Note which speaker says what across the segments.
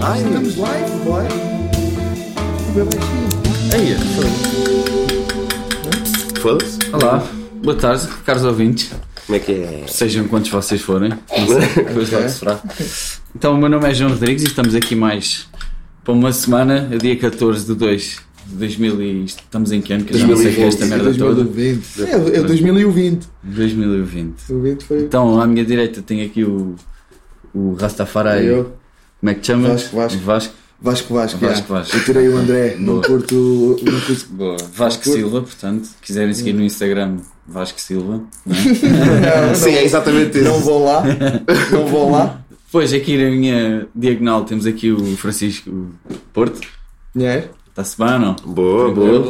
Speaker 1: Ai,
Speaker 2: Estamos live, bora. Super baixinho.
Speaker 1: Aí, foda-se.
Speaker 3: Foda-se.
Speaker 1: Olá, boa tarde, caros ouvintes,
Speaker 3: Como é que é?
Speaker 1: sejam quantos vocês forem. Não sei, depois logo se verá. Então, o meu nome é João Rodrigues e estamos aqui mais para uma semana, a dia 14 de 2 de 2000 e... Estamos em que ano? Que eu já não sei o que é esta merda toda.
Speaker 2: 2020. É, é 2020.
Speaker 1: 2020.
Speaker 2: 2020 foi.
Speaker 1: Então, à minha direita tem aqui o, o Rastafari.
Speaker 2: eu.
Speaker 1: Como é que te chamas?
Speaker 2: Vasco, Vasco.
Speaker 1: Vasco,
Speaker 2: Vasco Vasco,
Speaker 1: Vasco,
Speaker 2: já.
Speaker 1: Vasco.
Speaker 2: Eu tirei o André, não
Speaker 1: Boa.
Speaker 2: curto. Não curto.
Speaker 1: Boa. Vasco Silva, portanto, se quiserem seguir no Instagram, Vasco Silva. não é?
Speaker 2: Não,
Speaker 3: Sim, é exatamente
Speaker 2: não
Speaker 3: isso.
Speaker 2: vou lá. Não vou lá.
Speaker 1: Depois, aqui na minha diagonal, temos aqui o Francisco Porto.
Speaker 2: Dinheiro.
Speaker 1: Está-se bem ou não?
Speaker 3: Boa,
Speaker 1: Tranquilo,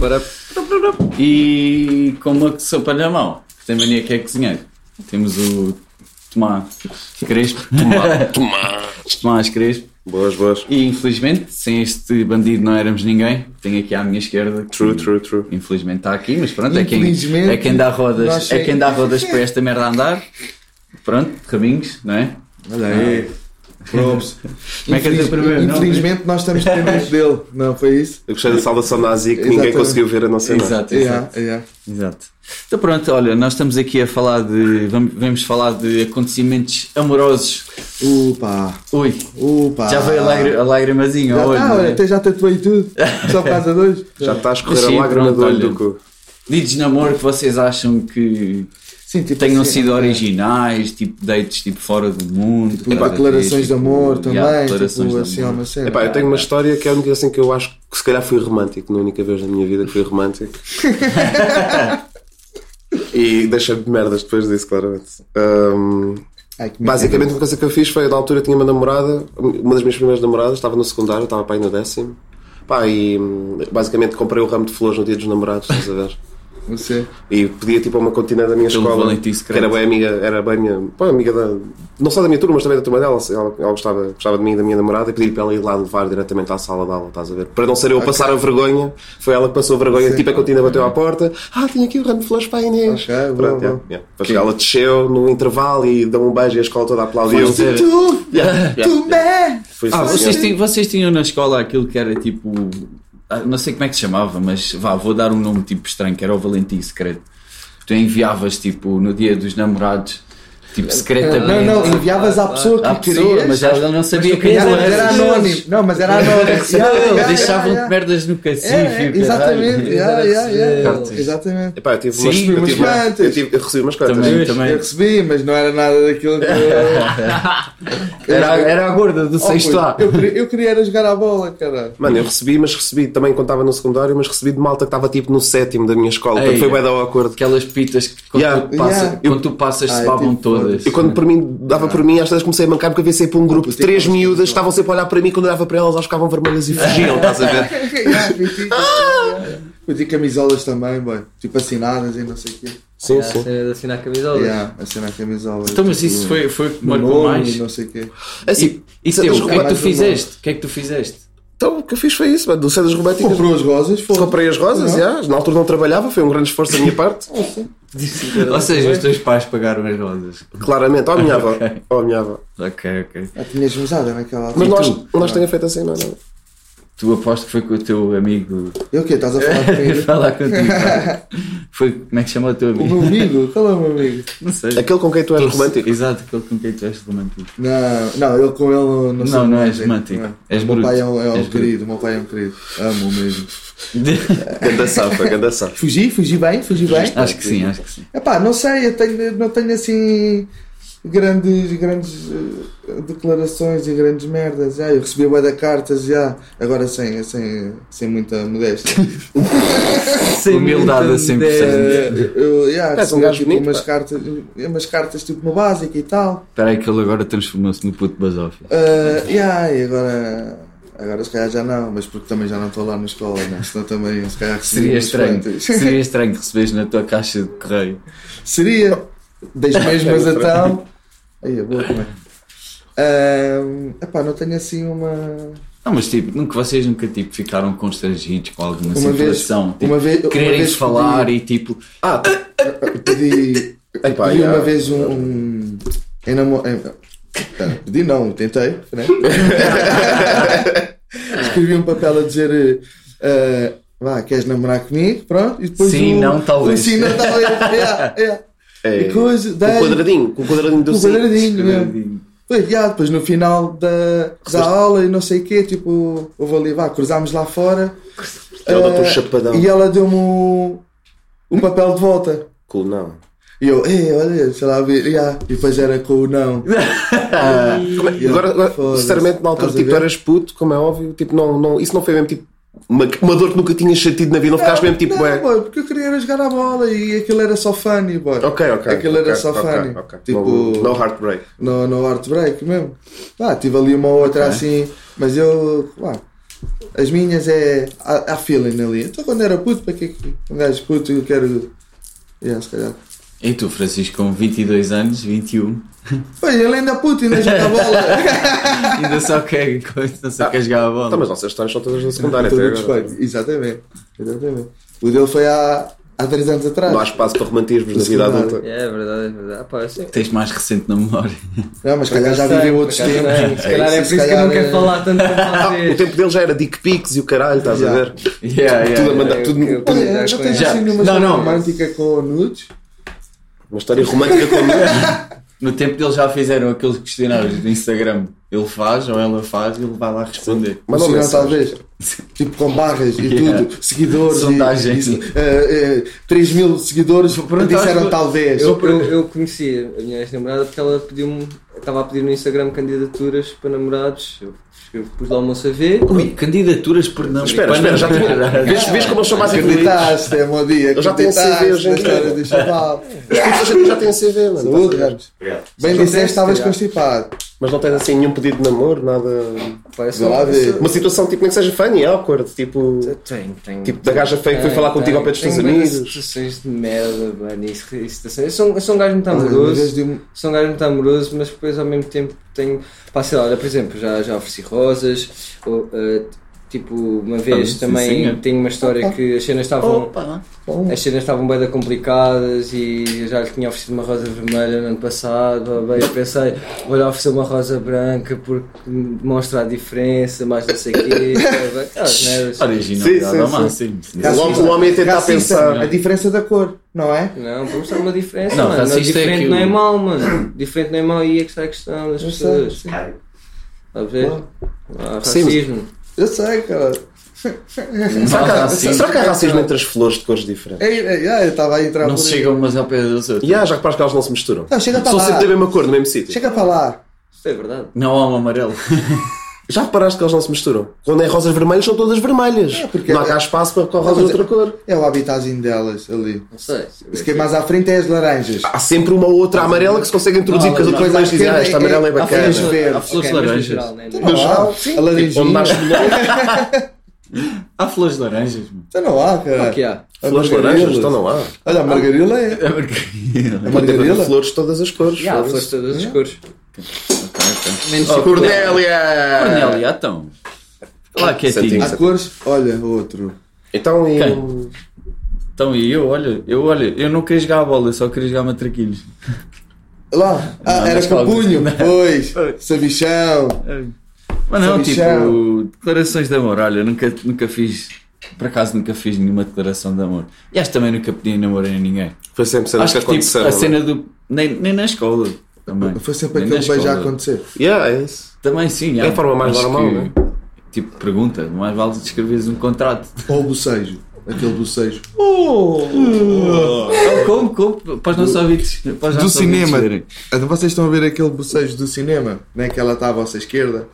Speaker 3: boa.
Speaker 1: tranquilo. E é com uma sopa na mão, que tem mania que é cozinheiro. Temos o Tomás Crespo. Tomás. Tomás Crespo.
Speaker 3: Boas, boas.
Speaker 1: E infelizmente, sem este bandido não éramos ninguém. Tenho aqui à minha esquerda. que
Speaker 3: True, true, true.
Speaker 1: Infelizmente está aqui, mas pronto, é quem,
Speaker 2: Infelizmente,
Speaker 1: é quem dá
Speaker 2: nós
Speaker 1: rodas, é quem dá rodas para esta merda andar. Pronto, rabinhos, não é?
Speaker 2: Olha aí. Props.
Speaker 1: Como é que é
Speaker 2: Infeliz-
Speaker 1: o teu primeiro né? nome?
Speaker 2: Infelizmente nós estamos dependentes dele. Não, foi isso?
Speaker 3: Eu gostei da salvação nazi que ninguém
Speaker 2: Exatamente.
Speaker 3: conseguiu ver a nossa imagem.
Speaker 1: Exato, exato.
Speaker 2: Yeah, yeah.
Speaker 1: Exato. Então pronto, olha, nós estamos aqui a falar de. Vamos, vamos falar de acontecimentos amorosos.
Speaker 2: Upa.
Speaker 1: Ui,
Speaker 2: Upa.
Speaker 1: já veio a, lagri, a lagrimazinha
Speaker 2: Ah. Já
Speaker 1: hoje.
Speaker 2: tá,
Speaker 1: não é?
Speaker 2: olha, até já tatuei tudo. Só por causa de hoje.
Speaker 3: Já está a escorrer
Speaker 1: Sim,
Speaker 3: a lágrima
Speaker 1: pronto,
Speaker 3: do olho
Speaker 1: olha.
Speaker 3: do cu.
Speaker 1: Ditos de namoro que vocês acham que
Speaker 2: Sim, tipo
Speaker 1: tenham
Speaker 2: assim,
Speaker 1: sido originais, tipo dates tipo fora do mundo.
Speaker 2: Tipo,
Speaker 1: estás a ver?
Speaker 2: declarações de
Speaker 1: Tipo,
Speaker 2: amor
Speaker 1: yeah,
Speaker 2: também.
Speaker 1: declarações
Speaker 2: Tipo,
Speaker 1: de
Speaker 2: assim, há
Speaker 1: amor.
Speaker 2: uma cena.
Speaker 3: Epá, eu tenho uma história que é a única assim que eu acho que se calhar fui romântico, na única vez na minha vida que fui romântico. e deixei-me de merdas depois disso, claramente. Ahm,
Speaker 2: Ai, que
Speaker 3: Basicamente, uma coisa que eu fiz foi, na altura, eu tinha uma namorada, uma das minhas primeiras namoradas, estava no secundário, estava para aí no décimo. Pá, e hum, basicamente comprei o ramo de flores no dia dos namorados, estás a ver?
Speaker 2: merda. Você.
Speaker 3: E pedia tipo a uma contina da minha
Speaker 1: Pelo
Speaker 3: escola,
Speaker 1: Valentim
Speaker 3: que
Speaker 1: Secreto.
Speaker 3: era bem amiga, era bem minha, pá, amiga da, não só da minha turma, mas também da turma dela. Ela, ela gostava, gostava de mim e da minha namorada, e pedi para ela ir lá levar diretamente à sala de aula, estás a ver? Para não ser eu a passar a vergonha, foi ela que passou a vergonha, tipo a contina bateu à porta, ah, tinha aqui o ramo de flores para a Inês.
Speaker 2: Ok, boa,
Speaker 3: Pronto,
Speaker 2: boa.
Speaker 3: yeah, yeah. Depois ela desceu no intervalo e deu um beijo e a escola toda aplaudiu.
Speaker 1: Foste
Speaker 3: Yeah,
Speaker 2: Tu,
Speaker 3: yeah, yeah.
Speaker 2: tu me!
Speaker 3: Foi
Speaker 1: Ah,
Speaker 3: sim,
Speaker 1: vocês,
Speaker 2: assim.
Speaker 3: senhor.
Speaker 1: ti- vocês tinham na escola aquilo que era tipo. ah, Não sei como é que se chamava, mas vá, vou dar um nome tipo estranho, que era o Valentim Secreto. Tu enviavas tipo no dia dos namorados, tipo
Speaker 2: Não,
Speaker 1: secretamente.
Speaker 2: Ah, não, enviavas à pessoa
Speaker 1: À
Speaker 2: que
Speaker 1: pessoa,
Speaker 2: querias.
Speaker 1: mas ela não sabia
Speaker 2: Mas tu
Speaker 1: quem
Speaker 2: querias,
Speaker 1: tu
Speaker 2: mas era
Speaker 1: eras.
Speaker 2: anónimo. Não, mas era anónimo. Yeah, yeah, yeah,
Speaker 1: Deixavam-te
Speaker 2: yeah.
Speaker 1: um merdas no cacifo.
Speaker 2: É,
Speaker 1: e o
Speaker 2: é,
Speaker 1: assim, caralho.
Speaker 2: Exatamente, yeah, yeah, yeah.
Speaker 1: Cartas.
Speaker 2: exatamente.
Speaker 3: Epá, eu tive
Speaker 1: Sim,
Speaker 3: umas, eu
Speaker 2: umas
Speaker 3: tive uma-
Speaker 2: quantas.
Speaker 3: eu tive- eu recebi umas quantas.
Speaker 1: Também,
Speaker 3: Sim.
Speaker 1: também.
Speaker 2: Eu recebi, mas não era nada daquilo que eu.
Speaker 1: Era, era a gorda do
Speaker 2: Oh,
Speaker 1: sexto A.
Speaker 2: puto, eu queria- Eu queria era jogar à bola, caralho.
Speaker 3: Mano, eu recebi, mas recebi, também quando estava no secundário, mas recebi de malta que estava tipo no sétimo da minha escola,
Speaker 1: Ei.
Speaker 3: portanto foi bem da awkward.
Speaker 1: Aquelas pitas que quando
Speaker 3: Yeah,
Speaker 1: tu passas,
Speaker 2: yeah.
Speaker 1: quando tu passas se
Speaker 2: Ai,
Speaker 1: babam
Speaker 2: tipo,
Speaker 1: todas.
Speaker 3: E é quando por mim, dava por mim, às vezes comecei a mancar porque havia sempre um grupo de três miúdas, estavam sempre a olhar para mim, quando eu dava para elas, elas ficavam vermelhas e fugiam, estás a ver?
Speaker 2: Yeah, piti.
Speaker 1: Ah!
Speaker 2: Eu tinha camisolas também, boy. Tipo assinadas e não sei o quê.
Speaker 3: É, Sim,
Speaker 4: A
Speaker 1: É,
Speaker 4: cena de assinar camisolas.
Speaker 2: Yeah, assinar camisolas.
Speaker 1: Então, mas isso foi, foi o que
Speaker 2: No
Speaker 1: marcou
Speaker 2: é tipo um nome,
Speaker 1: mais.
Speaker 2: Não sei o quê.
Speaker 3: Assim,
Speaker 1: E
Speaker 3: cenas
Speaker 1: teu, o que é que tu
Speaker 2: mais um
Speaker 1: fizeste? O que é que tu fizeste?
Speaker 3: Então, o que eu fiz foi isso, mano, do Cedas Românticas.
Speaker 1: então,
Speaker 2: Comprou as rosas, Tipo, foi.
Speaker 3: Comprei as rosas,
Speaker 2: Não.
Speaker 3: já, na altura não trabalhava, foi um grande esforço da minha parte.
Speaker 1: Ou seja, os teus pais pagaram as rosas.
Speaker 3: Claramente, ó a minha avó, ó a minha avó.
Speaker 1: Ok, ok.
Speaker 2: Ah, tinhas usada naquela altura.
Speaker 3: Mas nós,
Speaker 1: tu?
Speaker 3: nós tenha feito assim, não, não.
Speaker 1: Tu aposto que foi com o teu amigo.
Speaker 2: Eu o quê? Estás a falar
Speaker 1: Quero
Speaker 2: comigo?
Speaker 1: falar contigo. pá. Foi como é que chama o
Speaker 2: o
Speaker 1: teu amigo?
Speaker 2: meu amigo? Qual é o meu amigo?
Speaker 1: Não sei.
Speaker 3: Aquele com quem tu és romântico.
Speaker 1: Exato, aquele com quem tu és romântico.
Speaker 2: Não, não, eu com ele não
Speaker 1: Não,
Speaker 2: sou
Speaker 1: não,
Speaker 2: muito
Speaker 1: és romântico.
Speaker 2: não é?
Speaker 1: És
Speaker 2: O meu
Speaker 1: bruto.
Speaker 2: pai é um, é um
Speaker 1: És bruto.
Speaker 2: querido, o meu pai é um querido. Amo mesmo.
Speaker 3: Ganda safa, ganda safa.
Speaker 2: Fugi, fugi bem, fugi bem.
Speaker 1: Acho que sim, acho que sim.
Speaker 2: Epá, não sei, eu tenho, não tenho assim grandes, grandes eh, declarações e grandes merdas. Já. Eu recebi bué da cartas, já. agora sem, sem, sem muita modéstia.
Speaker 1: Humildade a 100%.
Speaker 2: Eh, eu já,
Speaker 3: És um
Speaker 2: recebi
Speaker 3: gajo
Speaker 2: tipo,
Speaker 3: bonito,
Speaker 2: umas,
Speaker 3: pá.
Speaker 2: cartas, umas cartas tipo no básico e tal.
Speaker 1: Espera aí que ele agora transformou-se no puto basófio.
Speaker 2: Eh, já, e agora, agora se calhar já não, mas porque também já não estou lá na escola, né? senão também se calhar recebi
Speaker 1: Seria
Speaker 2: umas
Speaker 1: estranho.
Speaker 2: quantas.
Speaker 1: Seria estranho que receberes na tua caixa de correio.
Speaker 2: Seria. Das
Speaker 1: É
Speaker 2: mesmas então. Aí, é boa também. Ahm, epá, não tenho assim uma.
Speaker 1: Não, mas tipo, nunca, vocês nunca tipo, ficaram constrangidos com alguma
Speaker 2: Uma vez-
Speaker 1: situação. Tipo,
Speaker 2: uma vez- uma
Speaker 1: quererem
Speaker 2: vez
Speaker 1: falar e tipo.
Speaker 3: Ah,
Speaker 2: Pedi,
Speaker 3: Epá,
Speaker 2: pedi
Speaker 3: já.
Speaker 2: uma vez um. um em namo- em- Tá, pedi não, tentei, né? Escrevi um papel a dizer. eh, Vá, queres namorar comigo? Pronto, e depois.
Speaker 1: Sim,
Speaker 2: o-
Speaker 1: não, talvez.
Speaker 2: o Sim, não, talvez. É, é.
Speaker 3: É,
Speaker 2: E coisa,
Speaker 3: com o
Speaker 2: dá-lhe-
Speaker 3: quadradinho, com o quadradinho do é
Speaker 2: Com o
Speaker 3: sim.
Speaker 2: quadradinho, mesmo. Pois, já, depois no final da, da aula e não sei o quê, tipo, houve ali, vá, cruzámos lá fora.
Speaker 3: Ela
Speaker 2: eh,
Speaker 3: dá-te um chapadão.
Speaker 2: E ela deu-me o, o papel de volta.
Speaker 3: Cool, não.
Speaker 2: E eu, ei, olha, sei lá, ver, já. E depois era com o não.
Speaker 3: Como é-
Speaker 2: Yeah,
Speaker 3: agora, agora,
Speaker 2: foda-se.
Speaker 3: sinceramente, na altura,
Speaker 2: Estás a
Speaker 3: tipo, tu
Speaker 2: ver?
Speaker 3: eras puto, como é óbvio, tipo, não, não, isso não foi mesmo tipo uma, uma dor que nunca tinhas sentido na vida, não ficaste mesmo tipo,
Speaker 2: não,
Speaker 3: é.
Speaker 2: boy, porque eu queria era jogar a bola e aquilo era só funny, boy.
Speaker 3: Ok, ok.
Speaker 2: Aquilo
Speaker 3: ok,
Speaker 2: era só
Speaker 3: ok,
Speaker 2: funny.
Speaker 3: ok.
Speaker 2: Tipo,
Speaker 3: No, no heartbreak.
Speaker 2: no, no art break mesmo. Ah, tive ali uma ou outra assim, mas eu, pá, as minhas é, há, há feeling ali. Então quando era puto, para que que- um gajo puto eu quero, yeah, se calhar.
Speaker 1: E tu, Francisco, com 22 anos, 21,
Speaker 2: Pô, ele ainda é puto, ainda joga a bola.
Speaker 1: ainda só quer, ainda só
Speaker 3: Ah,
Speaker 1: quer jogar a bola.
Speaker 3: Tá, mas nossas histórias são todas na secundária.
Speaker 2: Todo
Speaker 3: até
Speaker 2: o
Speaker 3: agora.
Speaker 2: respeito. Exatamente, exatamente. O dele foi há, há três anos atrás.
Speaker 3: Não há espaço para romantismos na vida
Speaker 2: Secundária.
Speaker 3: adulta.
Speaker 4: É verdade, é verdade. Ah, pá, eu sei.
Speaker 1: Tens mais recente na memória.
Speaker 2: Não, mas se calhar já vivem outros
Speaker 4: Por acaso,
Speaker 2: tempos.
Speaker 4: é. Se calhar é por
Speaker 2: Se
Speaker 4: isso que eu
Speaker 2: calhar
Speaker 4: não
Speaker 2: é-
Speaker 4: quero falar tanto com
Speaker 3: Ah, O
Speaker 4: vocês.
Speaker 3: tempo dele já era dick pics e o caralho, estás a
Speaker 2: Yeah.
Speaker 3: ver?
Speaker 1: Yeah, yeah,
Speaker 3: Tudo a
Speaker 1: yeah.
Speaker 3: mandar,
Speaker 4: eu-
Speaker 3: tudo.
Speaker 4: eu-
Speaker 3: tudo-
Speaker 2: Olha, já tens
Speaker 1: Já.
Speaker 2: assim nenhuma
Speaker 1: Não,
Speaker 2: história
Speaker 1: não.
Speaker 2: romântica com nudes?
Speaker 3: Uma história romântica comigo.
Speaker 1: No tempo deles já fizeram aqueles questionários do Instagram. Ele faz ou ela faz e ele vai lá responder.
Speaker 2: Mas
Speaker 3: Mas
Speaker 2: não,
Speaker 3: não mensagem.
Speaker 2: talvez. Tipo com barras e
Speaker 1: Yeah.
Speaker 2: tudo, seguidores.
Speaker 1: Sondagens.
Speaker 2: E, 3 mil seguidores disseram
Speaker 1: acho-
Speaker 2: talvez.
Speaker 4: Eu, eu, eu conheci a minha ex-namorada porque ela pediu-me, estava a pedir no Instagram candidaturas para namorados. Eu, eu pus lá o meu CV.
Speaker 1: Ui, candidaturas por não.
Speaker 3: Espera, espera, já tinha. Vês, vês como eles são mais evoluídos?
Speaker 2: Acreditaste, é bom dia.
Speaker 3: Eu já tenho CV
Speaker 2: acreditaste
Speaker 3: hoje em
Speaker 2: na
Speaker 3: dia.
Speaker 2: história do chaval.
Speaker 3: Os putos hoje em dia já têm CV, mano.
Speaker 2: Saúde,
Speaker 3: estás a ver?
Speaker 2: Ramos. Bem disseste, estavas
Speaker 4: Já.
Speaker 2: constipado.
Speaker 3: Mas não tens assim nenhum pedido de namoro, nada.
Speaker 4: Pá, eu
Speaker 2: Vê lá
Speaker 4: eu
Speaker 2: ver.
Speaker 3: Uma situação tipo, nem que seja funny, awkward, tipo.
Speaker 4: Tenho, tenho.
Speaker 3: Tipo, da gaja feia que foi
Speaker 4: Tenho,
Speaker 3: falar contigo ao pé dos
Speaker 4: tenho,
Speaker 3: teus
Speaker 4: tenho bué de
Speaker 3: amigos.
Speaker 4: situações de merda, mano. e situ- e situações- Eu sou, um- eu sou um gajo muito
Speaker 2: Olha, uma vez
Speaker 4: amoroso.
Speaker 2: de um-
Speaker 4: Sou um gajo muito amoroso, mas depois ao mesmo tempo tenho. Pá, sei lá, olha, por exemplo, já, já ofereci rosas. ou, eh, tipo, uma
Speaker 3: Ah,
Speaker 4: vez
Speaker 1: sim,
Speaker 4: também
Speaker 3: é.
Speaker 1: senhor.
Speaker 4: tenho uma história que as cenas estavam.
Speaker 1: Opa!
Speaker 3: Então,
Speaker 2: Bom,
Speaker 4: As cenas estavam bem complicadas e eu já lhe tinha oferecido uma rosa vermelha no ano passado. Bem, eu pensei, vou lhe oferecer uma rosa branca porque mostra a diferença, mas não sei o quê. Aquelas merdas.
Speaker 1: Originalidade
Speaker 3: Sim, sim,
Speaker 1: ao
Speaker 3: sim.
Speaker 1: máximo.
Speaker 3: O homem- o homem ia tentar
Speaker 2: racista,
Speaker 3: pensar.
Speaker 2: A diferença da cor, não é?
Speaker 4: Não, vou mostrar uma diferença.
Speaker 1: Não,
Speaker 4: Não, mano.
Speaker 1: racista é
Speaker 4: diferente
Speaker 1: que
Speaker 4: não é
Speaker 1: o-
Speaker 4: mau, mano. Diferente não é mau e é que está a questão das
Speaker 2: Eu sei,
Speaker 4: pessoas.
Speaker 2: sim.
Speaker 4: Está a ver?
Speaker 2: Claro.
Speaker 4: Ah,
Speaker 3: Sim, mas-
Speaker 4: racismo.
Speaker 2: Eu sei, cara.
Speaker 3: Será que há-
Speaker 1: Sim.
Speaker 3: Será que há racismo entre as flores de cores diferentes?
Speaker 2: Ei, ei, ai, Eu estava a entrar
Speaker 1: Não
Speaker 2: por
Speaker 1: se
Speaker 2: aí.
Speaker 1: chegam umas ao pé das outras.
Speaker 3: E há, já reparas que elas não se misturam.
Speaker 2: Não, chega para
Speaker 3: São
Speaker 2: lá.
Speaker 3: sempre da mesma cor, no mesmo sítio.
Speaker 2: Chega para lá.
Speaker 4: Isto é verdade.
Speaker 1: Não há um amarelo.
Speaker 3: Já reparaste que elas não se misturam? Quando é rosas vermelhas, são todas vermelhas.
Speaker 2: porque-
Speaker 3: não há cá espaço para com rosa
Speaker 2: Não,
Speaker 3: de
Speaker 2: mas
Speaker 3: outra cor.
Speaker 2: É o habitazinho delas ali.
Speaker 4: Não sei.
Speaker 2: Isso que é mais à frente é as laranjas.
Speaker 3: Há sempre uma ou outra amarela que se consegue introduzir
Speaker 1: Não,
Speaker 3: com as outras
Speaker 2: mas
Speaker 3: coisas e dizer,
Speaker 2: à
Speaker 3: ah, esta
Speaker 2: esquerda
Speaker 3: amarela é
Speaker 2: é- à
Speaker 3: bacana.
Speaker 2: frente- verde.
Speaker 1: Há flores
Speaker 4: Ok, mas no
Speaker 1: laranjas.
Speaker 4: geral, né?
Speaker 2: Então não há. A
Speaker 3: Tipo,
Speaker 2: laranjinha.
Speaker 3: onde nasce melhor,
Speaker 1: Há flores laranjas, mano.
Speaker 2: Então não há, cara.
Speaker 4: O que há?
Speaker 2: A
Speaker 3: flores
Speaker 2: margarida.
Speaker 3: laranjas, então não há.
Speaker 2: Olha, a margarila é.
Speaker 1: É porque.
Speaker 2: A
Speaker 3: Tem
Speaker 2: margarila.
Speaker 3: flores de todas as cores.
Speaker 4: Já, há flores de todas as cores. Menos
Speaker 3: Oh,
Speaker 4: oh,
Speaker 3: Cornélia!
Speaker 1: Cornélia, então. Lá é quietinho.
Speaker 2: Há cores. Olha, outro.
Speaker 3: Então, e...
Speaker 1: Quem? Então, e eu, olha, eu, olha, eu não queria jogar a bola, eu só queria jogar matraquilhos.
Speaker 2: Lá.
Speaker 1: Não,
Speaker 2: Ah, era
Speaker 1: mas
Speaker 2: com
Speaker 1: qual-
Speaker 2: punho.
Speaker 1: Não.
Speaker 2: Pois. Sabichão.
Speaker 1: Mas não,
Speaker 3: é
Speaker 2: Sabichão.
Speaker 1: tipo, declarações de amor, olha, nunca, nunca fiz, por acaso nunca fiz nenhuma declaração de amor. E acho que também nunca pedi namoro a ninguém.
Speaker 3: Foi sempre cena que
Speaker 1: Acho que tipo,
Speaker 3: aconteceu.
Speaker 1: a cena do. Nem, nem na escola também.
Speaker 2: Foi sempre
Speaker 1: Nem
Speaker 2: aquele
Speaker 1: na
Speaker 2: beijo a
Speaker 1: escola.
Speaker 2: acontecer.
Speaker 3: Yeah, é isso.
Speaker 1: Também sim,
Speaker 3: É a forma mais
Speaker 1: acho
Speaker 3: normal,
Speaker 1: que,
Speaker 3: né?
Speaker 2: é?
Speaker 1: Tipo, pergunta, mais vale escreveres um contrato.
Speaker 2: Ou o bocejo. Aquele bocejo.
Speaker 1: Então, como, como, para os nossos ouvintes. Para os
Speaker 2: Do
Speaker 1: nossos
Speaker 2: cinema.
Speaker 1: ouvintes verem.
Speaker 2: Então Vocês estão a ver aquele bocejo do cinema, né? Que ela está à vossa esquerda.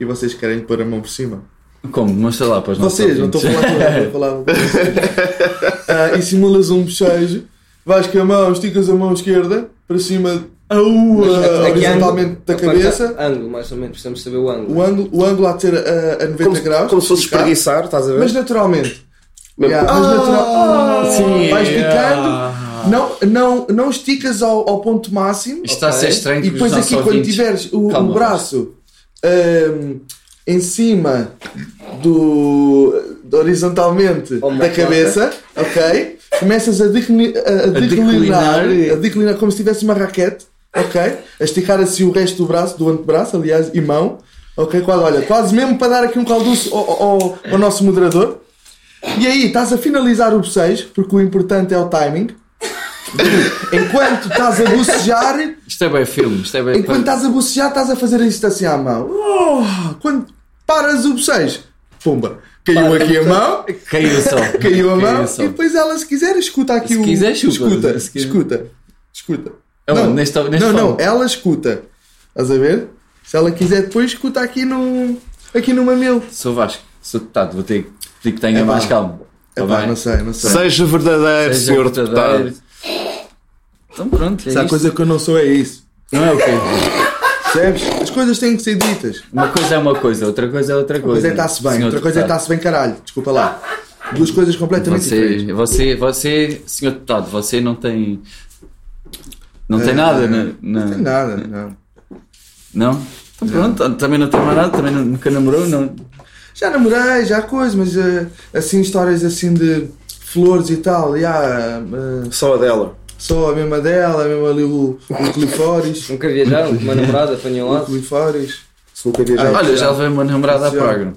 Speaker 2: E vocês querem pôr a mão por cima.
Speaker 1: Como? Mostra lá para os nossos
Speaker 2: Vocês, não estou a
Speaker 1: ouvintes.
Speaker 2: falar com ela, estou a falar com vocês. Ah, E simulas um bochejo, vais com a mão, esticas a mão esquerda para cima, au, ah,
Speaker 4: A que
Speaker 2: horizontalmente
Speaker 4: ângulo?
Speaker 2: da
Speaker 4: A quanto
Speaker 2: cabeça,
Speaker 4: Ângulo, mais ou menos, precisamos saber o ângulo.
Speaker 2: o ângulo, o ângulo há de ser ah, a, a 90
Speaker 3: Como,
Speaker 2: graus.
Speaker 3: como se fosse
Speaker 2: ficar,
Speaker 3: espreguiçar, estás a ver?
Speaker 2: Mas naturalmente.
Speaker 3: Mesmo- Ah,
Speaker 2: Yeah, mas natural-
Speaker 1: sim,
Speaker 2: vais
Speaker 1: yeah.
Speaker 2: picando, não, não, não esticas ao, ao ponto máximo.
Speaker 1: Isto está a ser
Speaker 4: Ok.
Speaker 1: estranho
Speaker 2: E
Speaker 1: que
Speaker 2: depois
Speaker 1: os nossos
Speaker 2: aqui quando
Speaker 1: ouvintes-
Speaker 2: tiveres o, o
Speaker 1: Calma,
Speaker 2: braço ahm, em cima do do- horizontalmente
Speaker 4: Ou uma
Speaker 2: da cabeça, ok? Começas a, declinar, a, a
Speaker 1: declinar.
Speaker 2: declinar, a declinar como se tivesse uma raquete. ok? A esticar assim o resto do braço, do antebraço, aliás, e mão, ok? Quase, olha, quase mesmo para dar aqui um calduço ao, ao, ao nosso moderador. E aí, estás a finalizar o bocejo, porque o importante é o timing. Enquanto estás a bocejar,
Speaker 1: Isto é bem filme, isto é bem.
Speaker 2: Enquanto estás a bocejar, estás a fazer isto assim à mão. Oh, quando paras o bocejo, pumba, caiu aqui a mão,
Speaker 1: Caiu só.
Speaker 2: caiu a mão, tipo-
Speaker 1: só.
Speaker 2: e depois ela, se quiser, escuta aqui
Speaker 1: Se
Speaker 2: o.
Speaker 1: quiser, chupa.
Speaker 2: escuta,
Speaker 1: Se quiser.
Speaker 2: escuta, escuta.
Speaker 1: Aonde? Neste- neste
Speaker 2: não, não,
Speaker 1: fone?
Speaker 2: ela escuta. Estás a ver? Se ela quiser, depois escuta aqui no. Aqui no mamilo.
Speaker 1: Sou Vasco, sou deputado, vou ter que pedir que tenha
Speaker 2: Epá.
Speaker 1: mais calma. Tá
Speaker 2: Epá,
Speaker 1: bem?
Speaker 2: É não sei, não sei.
Speaker 3: Seja verdadeiro,
Speaker 1: Seja
Speaker 3: senhor
Speaker 1: verdadeiro.
Speaker 3: deputado.
Speaker 1: Então pronto, é
Speaker 2: Se há
Speaker 1: isto.
Speaker 2: coisa que eu não sou é isso.
Speaker 1: Não é o quê?
Speaker 2: Percebes? As coisas têm que ser ditas.
Speaker 1: Uma coisa é uma coisa, outra coisa é outra
Speaker 2: Uma
Speaker 1: coisa.
Speaker 2: coisa é estar-se bem,
Speaker 1: senhor
Speaker 2: outra coisa é
Speaker 1: deputado.
Speaker 2: estar-se bem, caralho. Desculpa lá. Duas coisas completamente diferentes.
Speaker 1: Você, você, você, senhor deputado, você não tem. Não tem nada, na, na-
Speaker 2: É, Não tem nada,
Speaker 1: Hum.
Speaker 2: não.
Speaker 1: Não? Então pronto, também não tem mais nada, também não- nunca namorou, não.
Speaker 2: Já namorei, já coisa, mas eh, assim, histórias assim de flores e tal, já, eh,
Speaker 3: Só a dela.
Speaker 2: só a mesma dela, mesmo ali o, o Clifóris,
Speaker 4: Não queria viajar, uma namorada apanhou
Speaker 2: o
Speaker 4: lá.
Speaker 2: Clifóris.
Speaker 3: Se nunca viajar.
Speaker 1: Olha, já levei uma namorada à
Speaker 2: Ah, Já.
Speaker 1: Praga.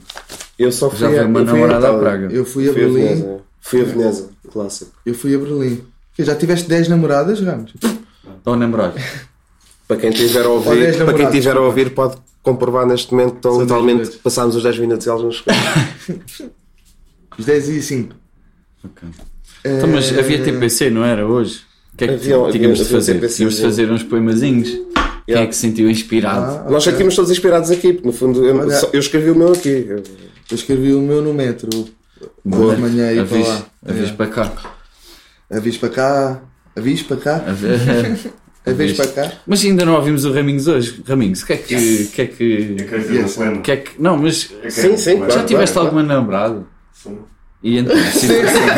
Speaker 3: eu só fui
Speaker 1: já
Speaker 3: a-
Speaker 1: veio uma
Speaker 3: eu fui
Speaker 1: namorada
Speaker 3: Itália.
Speaker 1: à Praga.
Speaker 2: Eu fui a
Speaker 3: Fui a
Speaker 1: né?
Speaker 2: Berlim,
Speaker 3: Veneza. Fui a Veneza, clássico.
Speaker 2: eu fui a Berlim. Que, já tiveste 10 namoradas, Ramos?
Speaker 1: Ou namorado.
Speaker 3: Para quem tiver a
Speaker 2: Ou dez
Speaker 3: ouvir, para quem
Speaker 2: namorados.
Speaker 3: tiver a ouvir pode comprovar neste momento tão
Speaker 2: São dez
Speaker 3: totalmente
Speaker 2: minutos.
Speaker 3: passámos os 10 minutos e eles nos
Speaker 2: Os 10 e Eh, 5.
Speaker 1: Ok. Então,
Speaker 2: É.
Speaker 1: mas havia TPC, não era hoje? O que é que
Speaker 3: Havia- havia-
Speaker 1: tínhamos de
Speaker 3: havia
Speaker 1: fazer?
Speaker 3: TPC,
Speaker 1: tínhamos de
Speaker 3: havia.
Speaker 1: fazer uns poemazinhos? Quem é que se sentiu inspirado?
Speaker 2: Ah,
Speaker 3: Nós
Speaker 2: ok.
Speaker 3: sentimos todos inspirados aqui, porque no fundo eu,
Speaker 2: Olha.
Speaker 3: só- eu escrevi o meu aqui. Eu-
Speaker 2: Eu escrevi o meu no metro.
Speaker 1: Boa.
Speaker 2: Boa de manhã aí para
Speaker 1: Avis-
Speaker 2: lá.
Speaker 1: avis
Speaker 2: É.
Speaker 1: para cá.
Speaker 2: Avis para cá, avis para cá,
Speaker 1: Avis-
Speaker 2: avis para cá.
Speaker 1: Mas ainda não ouvimos o Raminhos hoje. Raminhos, o que é que. O que é que.
Speaker 5: Eu quero dizer
Speaker 2: Yes.
Speaker 5: um poema.
Speaker 1: o que é que- não, mas
Speaker 5: Eu quero
Speaker 3: Sim,
Speaker 5: dizer um
Speaker 3: sim,
Speaker 5: poema.
Speaker 3: claro.
Speaker 1: já tiveste
Speaker 3: claro.
Speaker 1: alguma namorada?
Speaker 5: Sim.
Speaker 1: E então, situações-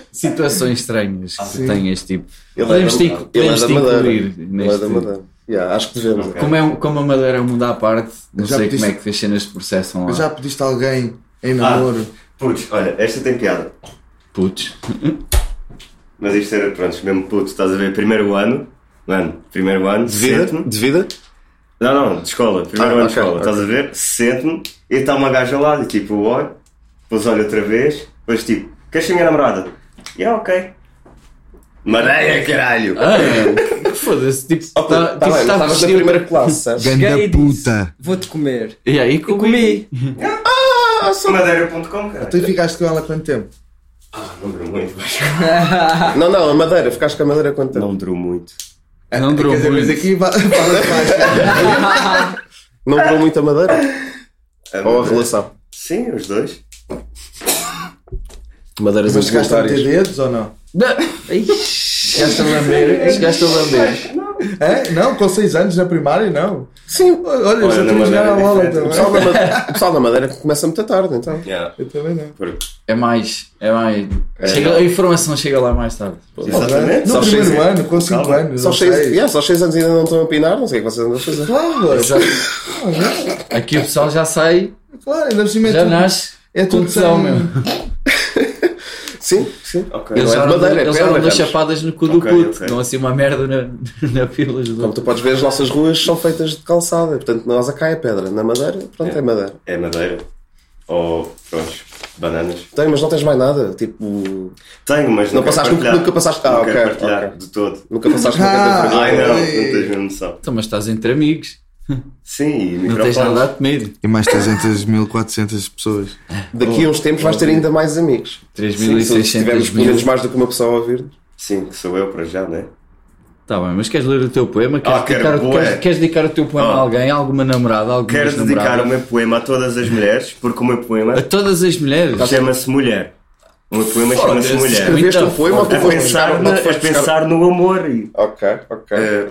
Speaker 1: situações estranhas que
Speaker 2: sim.
Speaker 1: tem este tipo.
Speaker 3: Ele
Speaker 1: Podemos
Speaker 3: é da-
Speaker 1: te inc-
Speaker 3: ele é
Speaker 1: podemos
Speaker 3: da
Speaker 1: te
Speaker 3: Madeira.
Speaker 1: incluir
Speaker 3: Ele é
Speaker 1: neste-
Speaker 3: da Madeira. Yeah, acho que devemos.
Speaker 5: Ok.
Speaker 1: Como, é, um- como a Madeira é um mundo à parte, não
Speaker 2: Já
Speaker 1: sei
Speaker 2: pediste-
Speaker 1: como é que as cenas se processam lá. Ah.
Speaker 2: Já pediste alguém em namoro?
Speaker 5: Putz, olha, esta tem piada.
Speaker 1: Putz.
Speaker 5: Mas isto era, pronto, mesmo puto, estás a ver, primeiro ano. Mano, primeiro ano,
Speaker 3: De vida?
Speaker 5: sento-me.
Speaker 3: De vida?
Speaker 5: Não, não, de escola, primeiro
Speaker 3: Ah,
Speaker 5: ano de
Speaker 3: ok,
Speaker 5: escola,
Speaker 3: ok.
Speaker 5: estás a ver? Sento-me e está uma gaja ao lado, e tipo, eu olho, depois olho outra vez, depois tipo, queres ser minha namorada? E ah, ok. Madeira, caralho!
Speaker 1: Ah, é. foda-se. Tipo,
Speaker 3: Oh, puto,
Speaker 1: tá,
Speaker 3: tá
Speaker 1: tipo,
Speaker 3: bem,
Speaker 1: tá
Speaker 3: estavas na
Speaker 1: vestido-
Speaker 3: primeira classe, sabes?
Speaker 4: Cheguei
Speaker 6: Ganda
Speaker 4: e disse,
Speaker 6: puta.
Speaker 4: Vou-te comer.
Speaker 1: E aí
Speaker 4: E comi.
Speaker 5: Madeira.com, cara.
Speaker 2: Tu ficaste com ela há quanto tempo?
Speaker 5: Não durou muito,
Speaker 3: Não, não, a Madeira. Ficaste com a Madeira quanto tempo?
Speaker 5: Não durou muito.
Speaker 3: É,
Speaker 1: Não durou
Speaker 2: Quer dizer, mas
Speaker 1: muito.
Speaker 2: aqui va- fala-se mais.
Speaker 3: Não durou muito a Madeira? Ou a relação?
Speaker 5: Sim, os dois.
Speaker 3: Madeiras
Speaker 2: Mas chegaste a meter
Speaker 3: involuntárias.
Speaker 2: dedos ou não?
Speaker 1: Chegaste a lamber. Chegaste a lamber.
Speaker 2: É? Não? Com 6 anos na primária, não?
Speaker 3: Sim.
Speaker 2: Olha, eu
Speaker 5: Olha,
Speaker 2: já
Speaker 5: na
Speaker 2: tenho jogar a
Speaker 5: Madeira é
Speaker 2: bola também.
Speaker 3: O
Speaker 5: diferente.
Speaker 3: pessoal da Madeira, o pessoal da Madeira começa muito tarde, então.
Speaker 5: Yeah.
Speaker 2: Eu também não.
Speaker 5: Porque-
Speaker 1: É mais. É mais. Chega- a informação chega lá mais tarde.
Speaker 5: Exatamente.
Speaker 2: No
Speaker 3: Só
Speaker 2: primeiro
Speaker 5: é.
Speaker 3: seis-
Speaker 2: ano, com 5
Speaker 5: Calma.
Speaker 2: anos.
Speaker 3: Só
Speaker 2: não
Speaker 3: aos seis,
Speaker 2: sei.
Speaker 3: yeah, só aos seis anos ainda não estão a pinar, não sei o que vocês andam a fazer.
Speaker 2: Claro, agora.
Speaker 1: Exato. Aqui o pessoal já sai,
Speaker 2: Claro, ainda por cima Ah, é
Speaker 1: já
Speaker 2: tudo-
Speaker 1: nasce.
Speaker 2: É tudo
Speaker 1: Confusão,
Speaker 2: sem-
Speaker 1: meu.
Speaker 3: Sim, sim.
Speaker 5: Ok.
Speaker 1: Eles
Speaker 3: Não é
Speaker 1: já
Speaker 3: de
Speaker 1: não
Speaker 3: madeira, é
Speaker 1: eles já
Speaker 3: pedra,
Speaker 1: não dão
Speaker 3: Carlos.
Speaker 1: chapadas no cu do
Speaker 5: Ok,
Speaker 1: puto.
Speaker 5: ok.
Speaker 1: Não assim uma merda na, na pila
Speaker 3: Como
Speaker 1: do.
Speaker 3: tu podes ver, as nossas ruas são feitas de calçada. Portanto, na nossa cá é pedra. Na madeira, pronto, é, madeira.
Speaker 5: É madeira. Ou, pronto, bananas.
Speaker 3: Tem, Então, mas não tens mais nada. Tipo,
Speaker 5: Tenho, mas
Speaker 3: Não
Speaker 5: nunca
Speaker 3: passaste-
Speaker 5: partilhar.
Speaker 3: nunca passaste- ah,
Speaker 5: Nunca
Speaker 3: ok,
Speaker 5: partilhar
Speaker 3: ok.
Speaker 5: de todo.
Speaker 3: nunca passaste por dentro da
Speaker 2: Ah,
Speaker 3: vergonha.
Speaker 5: Ai não, não
Speaker 2: Ei.
Speaker 5: tens mesmo noção.
Speaker 1: Então, mas estás entre amigos.
Speaker 5: Sim, e
Speaker 1: Não tens
Speaker 5: microfones.
Speaker 1: nada a temer.
Speaker 6: E mais 300, 1400 pessoas.
Speaker 3: Daqui a uns tempos vais ter ainda mais amigos. Sim, se tivermos
Speaker 1: 3.600
Speaker 3: pelo
Speaker 1: mil.
Speaker 3: menos mais do que uma pessoa a ouvir.
Speaker 5: Sim, que sou eu para já, né?
Speaker 1: Tá bem, mas queres ler o teu poema? Queres,
Speaker 5: Ah, quero
Speaker 1: dedicar, o-
Speaker 5: bué.
Speaker 1: queres, queres dedicar o teu poema
Speaker 5: Ah.
Speaker 1: a alguém? A alguma namorada? A alguma
Speaker 5: Quero dedicar o
Speaker 1: namorada?
Speaker 5: meu poema a todas as mulheres, porque o meu poema
Speaker 1: A todas as mulheres?
Speaker 3: Tá.
Speaker 5: chama-se Mulher. O meu poema
Speaker 1: Foda-se,
Speaker 5: chama-se Mulher.
Speaker 1: escrevi-
Speaker 3: Escreveste um poema ou tu
Speaker 5: A
Speaker 3: foste
Speaker 5: pensar,
Speaker 3: buscar?
Speaker 5: na-
Speaker 3: Não, tu
Speaker 5: a
Speaker 3: foste buscar.
Speaker 5: pensar no amor. E,
Speaker 3: Ok, ok.
Speaker 5: eh,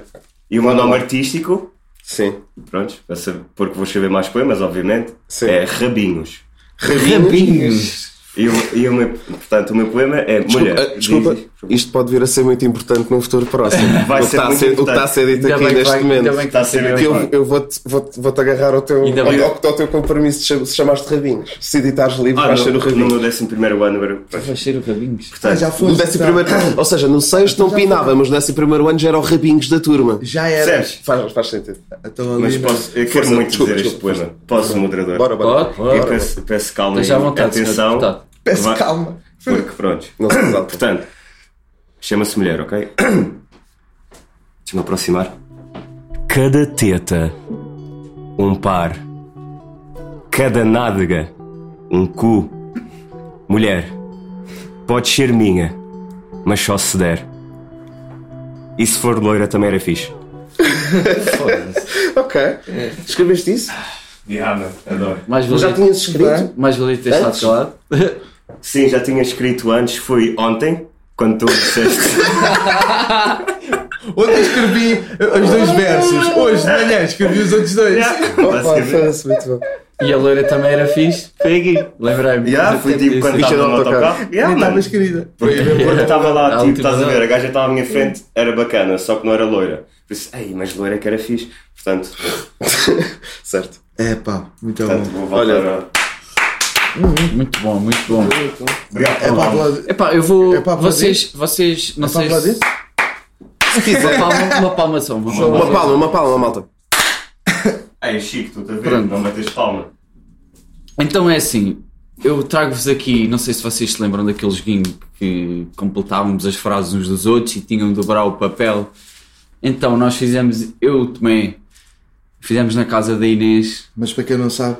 Speaker 5: e o meu nome artístico,
Speaker 3: Sim.
Speaker 5: pronto, para saber- porque vou escrever mais poemas, obviamente,
Speaker 3: Sim.
Speaker 5: é Rabinhos.
Speaker 1: Rabinhos.
Speaker 5: é E, o, e o meu, portanto, o meu poema é mulher.
Speaker 3: Desculpa, eh, ah, desculpa,
Speaker 5: diz-
Speaker 3: isto pode vir a ser muito importante num futuro próximo.
Speaker 5: Vai
Speaker 3: o, que
Speaker 5: ser
Speaker 3: está a
Speaker 5: muito
Speaker 3: ser, o que está a
Speaker 5: importante.
Speaker 3: ser dito
Speaker 1: Ainda
Speaker 3: aqui
Speaker 1: bem que
Speaker 3: neste
Speaker 1: vai- ainda bem
Speaker 3: momento.
Speaker 1: que
Speaker 5: Está a ser
Speaker 3: Que
Speaker 5: muito
Speaker 3: eu
Speaker 5: bom.
Speaker 3: eu vou-te vou vou agarrar ao teu,
Speaker 1: Ainda bem-
Speaker 3: ao, ao, ao teu compromisso de cham- se chamares de Rabinhos. Se editares livro,
Speaker 5: Ah,
Speaker 3: vais ser o
Speaker 5: no, no
Speaker 3: Rabinhos. Ah,
Speaker 5: meu décimo primeiro ano, eu-
Speaker 1: Vai ser o Rabinhos.
Speaker 5: portanto,
Speaker 2: já
Speaker 3: No
Speaker 2: foste.
Speaker 3: décimo
Speaker 2: tá?
Speaker 3: primeiro, ou seja, no sexto não
Speaker 2: Já
Speaker 3: pinávamos, no décimo primeiro ano já era o Rabinhos da turma.
Speaker 2: Já era.
Speaker 5: percebes?
Speaker 3: Faz, faz sentido.
Speaker 2: Então ali.
Speaker 5: Mas
Speaker 2: né?
Speaker 5: posso, eu quero
Speaker 3: Força,
Speaker 5: muito
Speaker 3: desculpa,
Speaker 5: dizer este
Speaker 3: desculpa,
Speaker 5: poema. Posso, moderador?
Speaker 3: Bora, bora.
Speaker 1: Pode,
Speaker 5: Eu
Speaker 1: pode.
Speaker 5: peço, peço calma e
Speaker 1: Esteja à vontade, senhor
Speaker 5: atenção.
Speaker 1: deputado.
Speaker 2: Peço
Speaker 5: Vai-
Speaker 2: calma.
Speaker 5: Porque pronto.
Speaker 3: Não se exalta.
Speaker 5: Portanto, chama-se mulher, ok? Deixa-me aproximar. Cada teta, um par. Cada nádega, um cu. Mulher, pode ser minha, mas só se der. E se for loira também era fixe.
Speaker 3: Ok. Escreveste isso?
Speaker 5: Diana, adoro.
Speaker 1: Mais
Speaker 3: Mas já
Speaker 1: valia,
Speaker 3: tinhas escrito?
Speaker 1: mais valia ter estado
Speaker 3: Antes?
Speaker 1: calado.
Speaker 5: Sim, já tinha escrito antes, foi ontem, quando tu disseste.
Speaker 2: Ontem escrevi os dois versos. Hoje de manhã escrevi os outros dois.
Speaker 3: Opa,
Speaker 5: Basicamente.
Speaker 3: foi-se muito bom.
Speaker 1: E a loira também era fixe. Peguei. Lembrei-me.
Speaker 5: Yeah, foi tipo quando
Speaker 3: Ficha
Speaker 5: estava
Speaker 3: de
Speaker 5: no
Speaker 3: autocarro.
Speaker 5: autocarro. Yeah,
Speaker 2: Nem
Speaker 5: mano.
Speaker 2: estavas querida.
Speaker 5: Porque porque estava
Speaker 1: A
Speaker 5: lá, tipo,
Speaker 1: última
Speaker 5: estás a ver,
Speaker 1: hora.
Speaker 5: a gaja estava à minha frente, era bacana, só que não era loira. Por isso, ei, mas loira que era fixe. Portanto,
Speaker 3: Certo.
Speaker 2: É pá, muito
Speaker 5: portanto
Speaker 2: bom.
Speaker 5: vou voltar
Speaker 3: Olha.
Speaker 5: a...
Speaker 1: assim, Muito bom, muito bom.
Speaker 5: Obrigado,
Speaker 2: É pá,
Speaker 5: Paulo.
Speaker 2: aplaudir.
Speaker 1: Epá, eu vou.
Speaker 2: É para aplaudir?
Speaker 1: vocês, vocês, não
Speaker 2: É para
Speaker 1: sei.
Speaker 2: aplaudir?
Speaker 1: se- Uma palma, uma palma só. Uma palma.
Speaker 3: Uma palma, uma palma, malta.
Speaker 5: Ei, Chico, tu estás a ver?
Speaker 1: Pronto.
Speaker 5: Não bates palma.
Speaker 1: Então é assim, eu trago-vos aqui, não sei se vocês se lembram daquele joguinho que completávamos as frases uns dos outros e tinham de dobrar o papel. Então nós fizemos, eu também, fizemos na casa da Inês.
Speaker 2: Mas para quem não sabe,